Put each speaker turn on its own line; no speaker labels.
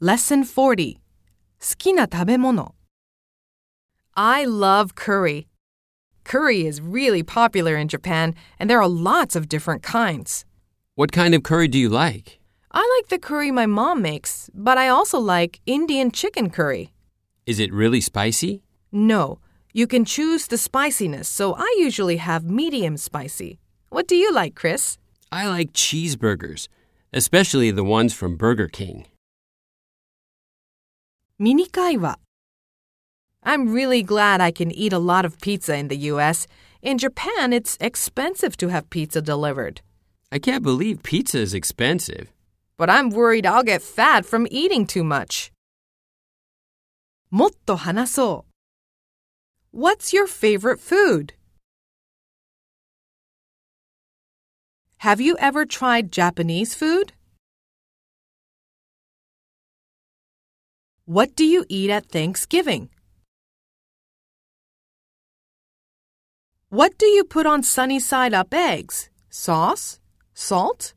Lesson 40好きな食べ物 I love curry. Curry is really popular in Japan, and there are lots of different kinds.
What kind of curry do you like?
I like the curry my mom makes, but I also like Indian chicken curry.
Is it really spicy?
No, you can choose the spiciness, so I usually have medium spicy. What do you like, Chris?
I like cheeseburgers, especially the ones from Burger King.
ミニ会話 I'm really glad I can eat a lot of pizza in the US. In Japan, it's expensive to have pizza delivered.
I can't believe pizza is expensive.
But I'm worried I'll get fat from eating too much. もっと話そう What's your favorite food? Have you ever tried Japanese food? What do you eat at Thanksgiving? What do you put on sunny side up eggs? Sauce? Salt?